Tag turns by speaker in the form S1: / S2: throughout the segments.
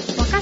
S1: 阪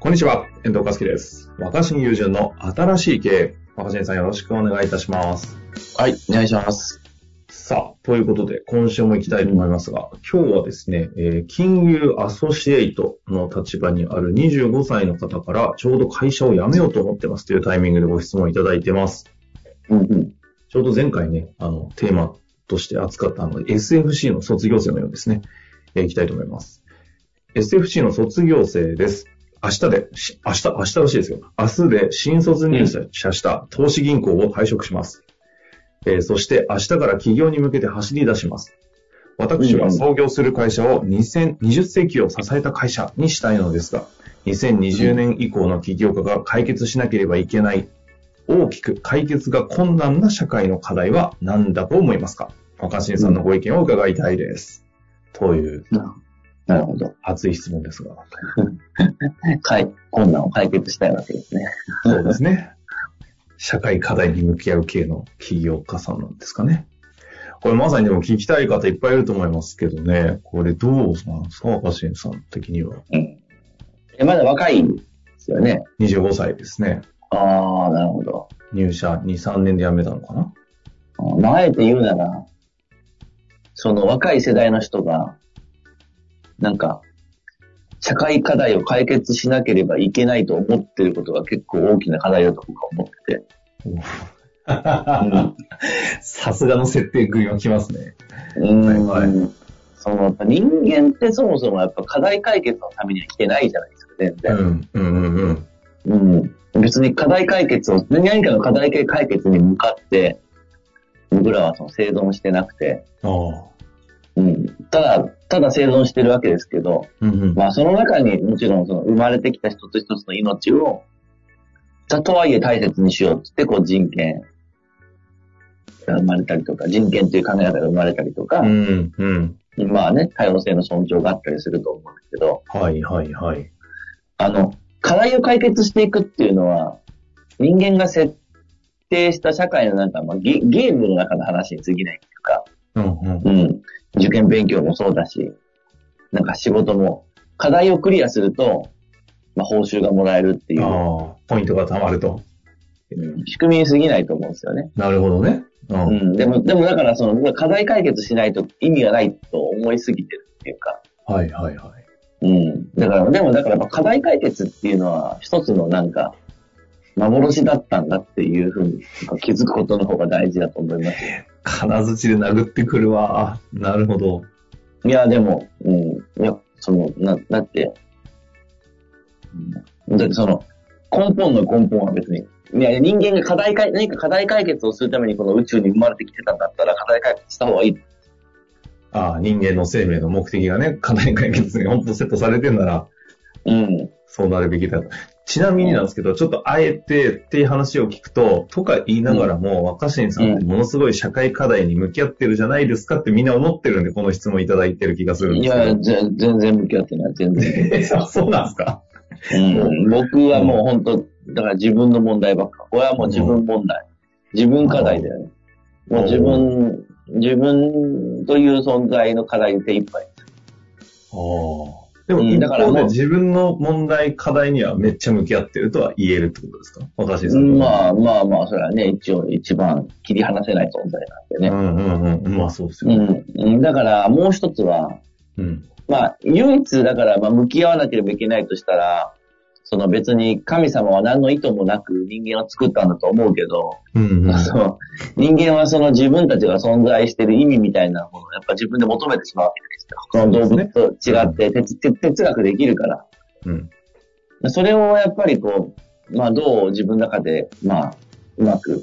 S2: こんにちは、遠藤和樹です。若新友人の新しい経営。若新さんよろしくお願いいたします。
S3: はい、お願いします。
S2: さあ、ということで、今週も行きたいと思いますが、今日はですね、えー金融アソシエイトの立場にある25歳の方から、ちょうど会社を辞めようと思ってますというタイミングでご質問いただいてます。
S3: うんうん。
S2: ちょうど前回ね、あの、テーマとして扱ったあの SFC の卒業生のようですね。えーいきたいと思います。SFC の卒業生です。明日で、し明日、明日らしいですよ。明日で新卒入社した投資銀行を退職します。えーそして明日から企業に向けて走り出します。私は創業する会社を2020世紀を支えた会社にしたいのですが、2020年以降の起業家が解決しなければいけない大きく解決が困難な社会の課題は何だと思いますか若新さんのご意見を伺いたいです。という
S3: なるほど。
S2: 熱い質問ですが。
S3: 解、困難を解決したいわけですね。
S2: そうですね。 社会課題に向き合う系の起業家さんなんですかね。これまさにでも聞きたい方いっぱいいると思いますけどね。これどうなんですか若新さん的には。
S3: うん。え、まだ若いんですよね。
S2: 25歳ですね。
S3: ああ、なるほど。
S2: 入社2、3年で辞めたのかな
S3: あーまあ、あえて言うなら、その若い世代の人が、なんか、社会課題を解決しなければいけないと思ってることが結構大きな課題だと僕は思ってて。
S2: さすがの設定群はきますね。
S3: うん。
S2: はい
S3: うんその、やっぱ人間ってそもそもやっぱ課題解決のためには来てないじゃないですか、全然。
S2: うん、うん、うん、うん。
S3: うん。別に課題解決を、何かの課題解決に向かって、僕らはその生存してなくて、
S2: ああ。
S3: うん。ただ、ただ生存してるわけですけど、
S2: うん、うん。
S3: まあその中にもちろんその生まれてきた一つ一つの命を、だとはいえ大切にしようってって、こう人権が生まれたりとか、人権という考え方が生まれたりとか
S2: う、ん、うん。
S3: まあね、多様性の尊重があったりすると思うんですけど、
S2: はい、はい、はい。
S3: あの、課題を解決していくっていうのは、人間が設定した社会のなんか、まあ、ゲゲームの中の話に過ぎないっていうか、
S2: うん、うん。
S3: うん。受験勉強もそうだし、なんか仕事も、課題をクリアすると、まあ、報酬がもらえるっていう、
S2: ああ、ポイントが貯まると。
S3: うん仕組みに過ぎないと思うんですよね。
S2: なるほどね。うん
S3: う。ん。でも、でもだからその、僕は課題解決しないと意味がないと思いすぎてるっていうか、
S2: はい、はい、はい。
S3: うん。だから、でもだから、まあ課題解決っていうのは、一つのなんか、幻だったんだっていうふうに気づくことの方が大事だと思います。
S2: 金槌で殴ってくるわ。なるほど。
S3: いや、でも、うん。いや、その、な、だって、うんだってその、根本の根本は別に、いや、人間が課題解、何か課題解決をするためにこの宇宙に生まれてきてたんだったら、課題解決した方がいい。
S2: ああ、人間の生命の目的がね、 課題解決に本当セットされてんなら、
S3: うん。
S2: そうなるべきだと。ちなみになんですけど、ちょっとあえてっていう話を聞くと、とか言いながらも、若新さんってものすごい社会課題に向き合ってるじゃないですかってみんな思ってるんで、この質問いただいてる気がするん
S3: い
S2: です
S3: や、
S2: け
S3: ぜ全然向き合ってない、全然。
S2: ど。 そうなんですか
S3: うん、僕はもう本当、だから自分の問題ばっか。これはもう自分問題。自分課題だよね。もう自分、自分という存在の課題でいっぱい。
S2: ああ。でも、
S3: うん
S2: 一
S3: だから
S2: 方
S3: も
S2: で
S3: う
S2: 自分の問題、課題にはめっちゃ向き合ってるとは言えるってことですか若新さん。あ。
S3: まあまあまあ、それはね、一応一番切り離せない存在
S2: う
S3: なん
S2: うんうん。まあそうですよね。
S3: んでね。うん。だからもう一つは、
S2: うん。
S3: まあ、唯一だから、まあ、向き合わなければいけないとしたら、その別に神様は何の意図もなく人間を作ったんだと思うけど、
S2: うんうん。
S3: その人間はその自分たちが存在してる意味みたいなものをやっぱ自分で求めてしまうわけですよ。他の動物と違って哲,哲、哲学できるから。
S2: うん。
S3: それをやっぱりこう、まあどう自分の中で、まあ、うまく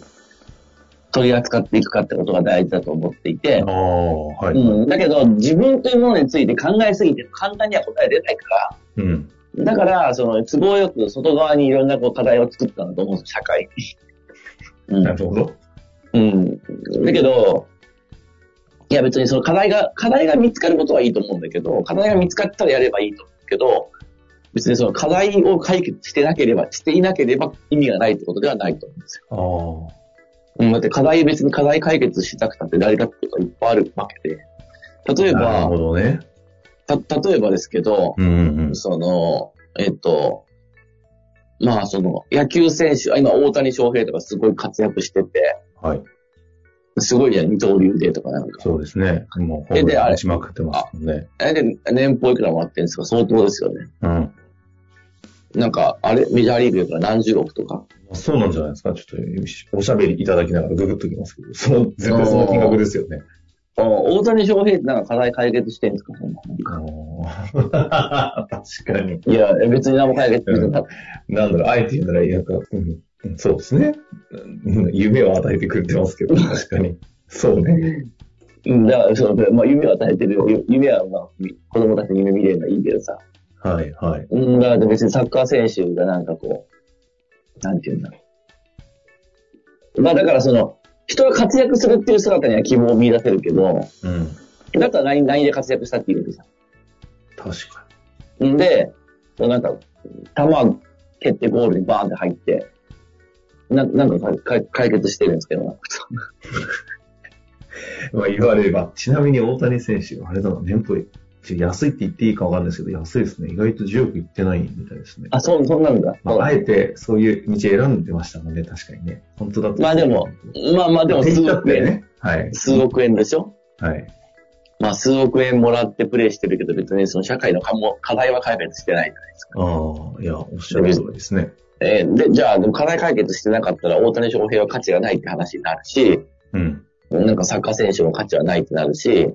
S3: 取り扱っていくかってことが大事だと思っていて
S2: あ、あ、はい。
S3: うん、だけど自分というものについて考えすぎて簡単には答え出ないから、
S2: うん。
S3: だから、その、都合よく外側にいろんなこう課題を作ったんだと思うんですよ、社会 に。
S2: なるほど。
S3: うん。うん。だけど、いや別にその課題が、課題が見つかることはいいと思うんだけど、課題が見つかったらやればいいと思うけど、別にその課題を解決してなければ、していなければ意味がないってことではないと思うんですよ。
S2: ああ。
S3: うん、だって課題別に課題解決したくたって誰だってことがいっぱいあるわけで。例え
S2: なる
S3: ば
S2: ほ、どね。
S3: た、例えばですけど、
S2: うんうん
S3: その、えっと、まあその、野球選手、あ今大谷翔平とかすごい活躍してて、
S2: うん。はい。
S3: すごいじゃん、二刀流でとかなんか。
S2: そうですね。もう、
S3: え
S2: ホーム
S3: であ
S2: ラン
S3: れ
S2: 打ちまくってますもんね。
S3: え、で、年俸いくらもらってるんですか相当ですよね。
S2: うん。
S3: なんか、あれメジャーリーグだから何十億とか。
S2: そうなんじゃないですか。ちょっと、おしゃべりいただきながらググっときますけど、その、絶対その金額ですよね。
S3: あ大谷翔平ってなんか課題解決してるんですかそんな
S2: あのー 確かに。
S3: いや、別に何も解決してなかっ
S2: なんだろう、あえて言うなら、なんか、うんうん、そうですね。うん夢を与えてくれてますけど、確かに。そうね。
S3: た。うんだから、その、まあ、夢は与えてるよ。ゆ夢は、まあ、み子供たちに夢見れるのはいいけどさ。
S2: はい、はい。
S3: うん、だから別にサッカー選手がなんかこう、なんて言うんだろう。まあ、だからその、人が活躍するっていう姿には希望を見出せるけど、
S2: うん。
S3: だったら何、何で活躍したっていうわけさ。
S2: 確か
S3: んで、そうなんか、球蹴ってゴールにバーンって入って、ななんかかか解決してるんですけど、なんか
S2: に。まあ、言われれば、ちなみに大谷選手、あれだな、年俸、ちょ安いって言っていいかわかんないですけど、安いですね。意外と10億いってないみたいですね。
S3: あ、そう、そんなんだ。
S2: まあ、あえて、そういう道選んでましたもんね、確かにね。本当だと。
S3: まあでも、まあまあでも数
S2: 手に立っ
S3: 億
S2: て
S3: 円、
S2: ね。はい。
S3: 数億円でしょ
S2: はい。
S3: まあ数億円もらってプレイしてるけど、別にその社会の課も課題は解決してない。
S2: ああ、いや、おっしゃる通りですね。
S3: えーで、じゃあ、でも課題解決してなかったら大谷翔平は価値がないって話になるし、
S2: うん。
S3: なんかサッカー選手も価値はないってなるし、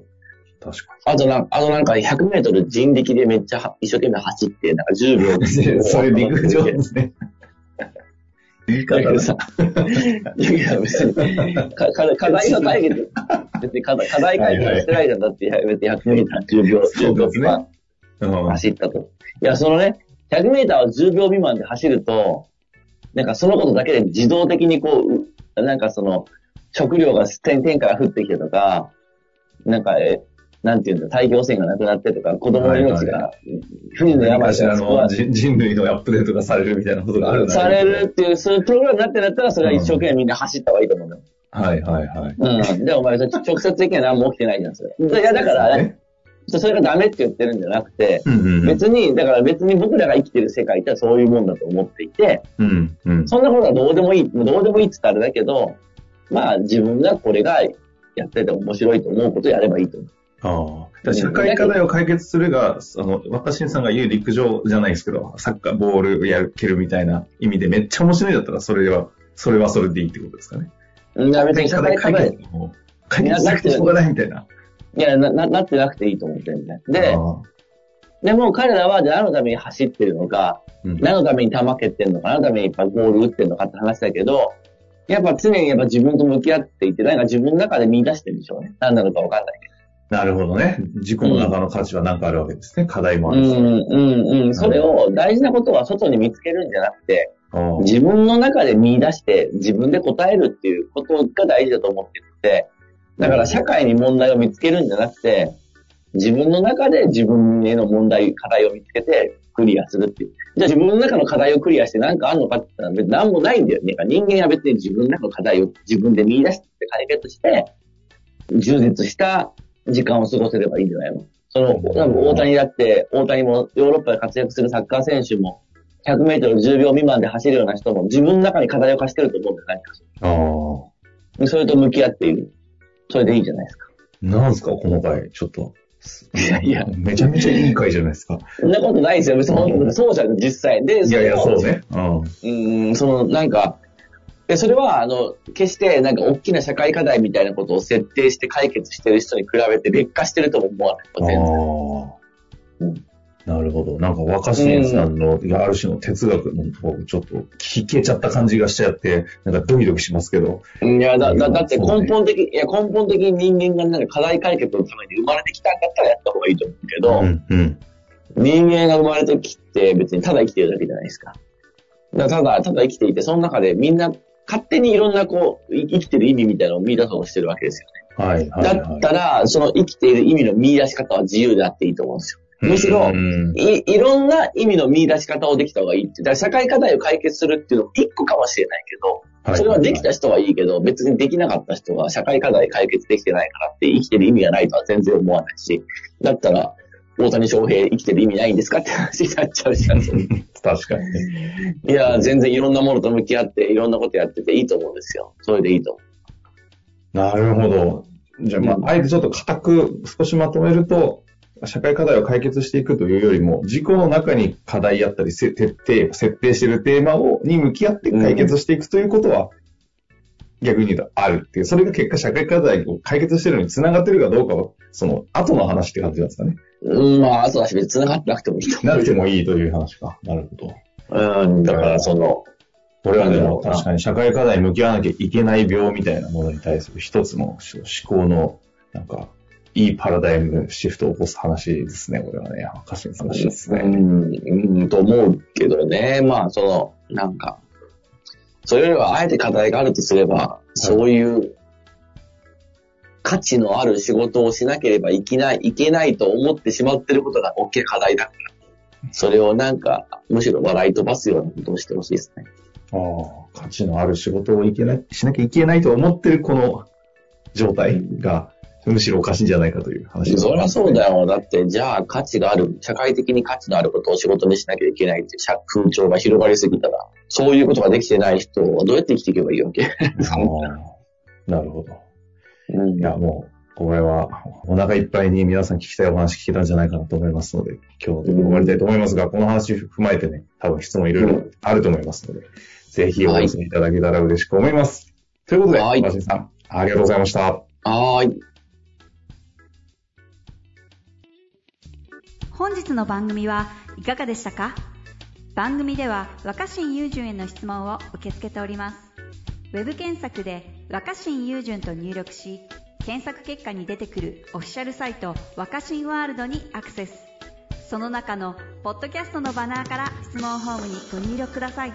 S2: 確か
S3: あとなんあとなんか100メートル人力でめっちゃは一生懸命走って、なんか10秒
S2: に。 それ陸上ですね。言い
S3: だ
S2: 方
S3: け
S2: だ
S3: どさ、いやいや別に、か 課課題が解 決、別に課題課題解決してないじゃんだって、別に100メーター10秒、
S2: そ
S3: 10
S2: う
S3: 秒
S2: です
S3: 未
S2: ね
S3: 満
S2: うん
S3: 走ったと。いや、そのね、100メーターを10秒未満で走ると、なんかそのことだけで自動的にこうう、なんかその、食料が天天から降ってきてとか、なんか、え、なんていうんだ、大気汚染がなくなってとか、子供の命
S2: はい
S3: が、不の
S2: 何か
S3: 病
S2: し
S3: からら救わ
S2: の
S3: れ
S2: 人人類のアップデートがされるみたいなことがあるな
S3: されるっ。ていう、そういうプログラムになってなったら、それは一生懸命みんな走った方がいいと思うんだよ。
S2: はいはいはい。
S3: うん。で、お前、それ直接的には何も起きてないじゃん、それ。いや、だから、
S2: ね。
S3: それがダメって言ってるんじゃなくて、
S2: うんうんうん。
S3: 別に、だから別に僕らが生きてる世界ってのはそういうもんだと思っていて、
S2: うんうん。
S3: そんなことはどうでもいい、もうどうでもいいって言ったらあれだけど、まあ自分がこれがやってて面白いと思うことをやればいいと思う。
S2: ああ。だから社会課題を解決するが、あの、若新さんが言う陸上じゃないですけど、サッカー、ボールやる、蹴るみたいな意味でめっちゃ面白いだったら、それは、それはそれでいいってことですかね。
S3: うん、別に社会課題、
S2: 決。解決しなくてしょうがないみたいな。
S3: いやな、な、なってなくていいと思ってるんだよ。で
S2: あ、あ
S3: でも彼らはじゃあ何のために走ってるのか、
S2: うん
S3: 何のために球蹴ってるのか、何のためにいっぱいゴール打ってるのかって話だけど、やっぱ常にやっぱ自分と向き合っていて、なんか自分の中で見出してるんでしょうね。何なのかわかんないけど
S2: なるほどね。自己の中の価値は何かあるわけですね。課題もあるし。
S3: うんうんうん。それを、大事なことは外に見つけるんじゃなくて、
S2: ああ
S3: 自分の中で見出して、自分で答えるっていうことが大事だと思ってるので、だから社会に問題を見つけるんじゃなくて、自分の中で自分への問題、課題を見つけてクリアするっていう。じゃあ自分の中の課題をクリアして何かあんのかって言ったら別に何もないんだよね。人間は別に自分の中の課題を自分で見出して解決して、充実した時間を過ごせればいいんじゃないのその、多分大谷だって、大谷もヨーロッパで活躍するサッカー選手も、100メートル10秒未満で走るような人も自分の中に課題を課してると思うんだよ、何かし
S2: ああ。
S3: ら。それと向き合っている。それでいいじゃないですか。
S2: なんすか、この回。ちょっと。い
S3: やいや
S2: めちゃめちゃいい回じゃないですか。
S3: そんなことないですよ、別に本当に。そうじゃん、実際。で、
S2: いやいや、
S3: そ
S2: そ
S3: の
S2: うね。うん。
S3: うん、その、なんか、でそれは、あの、決して、なんか、大きな社会課題みたいなことを設定して解決してる人に比べて劣化してるとも思わない。全然
S2: ああ、なるほど。なんか若新さんの、ある種の哲学のところちょっと聞けちゃった感じがしちゃって、なんかドキドキしますけど。
S3: いや、だ、だ、だって
S2: そうね
S3: 根本的、いや、根本的に人間がなんか課題解決のために生まれてきたんだったらやった方がいいと思うけど、
S2: ん、うん。
S3: 人間が生まれてきて別にただ生きてるだけじゃないですか。だからただ、ただ生きていて、その中でみんな勝手にいろんなこう、い生きてる意味みたいなのを見出そうとしてるわけですよね。
S2: はい、はい。
S3: だったら、その生きている意味の見出し方は自由であっていいと思うんですよ。むしろ
S2: うん
S3: い、いろんな意味の見出し方をできた方がいいって。だから社会課題を解決するっていうのも一個かもしれないけど、それはできた人はいいけど、別にできなかった人が社会課題解決できてないからって生きてる意味がないとは全然思わないし、だったら、大谷翔平生きてる意味ないんですかって話になっちゃう じゃん。い
S2: 確かにね。
S3: や、全然いろんなものと向き合って、いろんなことやってていいと思うんですよ。それでいいと思
S2: なるほど。じゃあ、ま
S3: うん
S2: あ、あえてちょっと固く少しまとめると、社会課題を解決していくというよりも、自己の中に課題やったり、せ徹底、設定しているテーマを、に向き合って解決していくということは、逆に言うとあるっていう、それが結果社会課題を解決してるのに繋がってるかどうかは、その後の話って感じなんですかね。
S3: う。うん、まあ、そうだし、別に繋がってなくてもいいと思
S2: なく
S3: うよ。
S2: てもいいという話か。なるほど。
S3: うん、だからその、
S2: これはでも確かに社会課題に向き合わなきゃいけない病みたいなものに対する一つの思考の、なんか、いいパラダイムシフトを起こす話ですね、これはね。赤信さんの話です
S3: う
S2: ね。
S3: ん、うん、と思うけどね。まあ、その、なんか、それよりはあえて課題があるとすれば、そういう価値のある仕事をしなければいけない、いけないと思ってしまってることが大きな課題だから。それをなんか、むしろ笑い飛ばすようなことをしてほしいですね。
S2: ああ、価値のある仕事をいけない、しなきゃいけないと思ってるこの状態が、むしろおかしいんじゃないかという話です
S3: そりゃそうだよ。だって、じゃあ価値がある、社会的に価値のあることを仕事にしなきゃいけないっていう社風潮が広がりすぎたら、そういうことができてない人はどうやって生きていけばいいわけ、
S2: ああなるほど。
S3: うん
S2: いや、もう、これは、お腹いっぱいに皆さん聞きたいお話聞けたんじゃないかなと思いますので、今日のところ終わりたいと思いますが、この話踏まえてね、多分質問いろいろあると思いますので、ぜひお寄せいただけたら嬉しく思います。ということで、
S3: はい
S2: マシンさん、ありがとうございました。
S3: はーい。
S1: 本日の番組はいかがでしたか番組では若新雄純への質問を受け付けておりますウェブ検索で「若新雄純」と入力し検索結果に出てくるオフィシャルサイト「若新ワールド」にアクセスその中の「ポッドキャスト」のバナーから質問ホームにご入力ください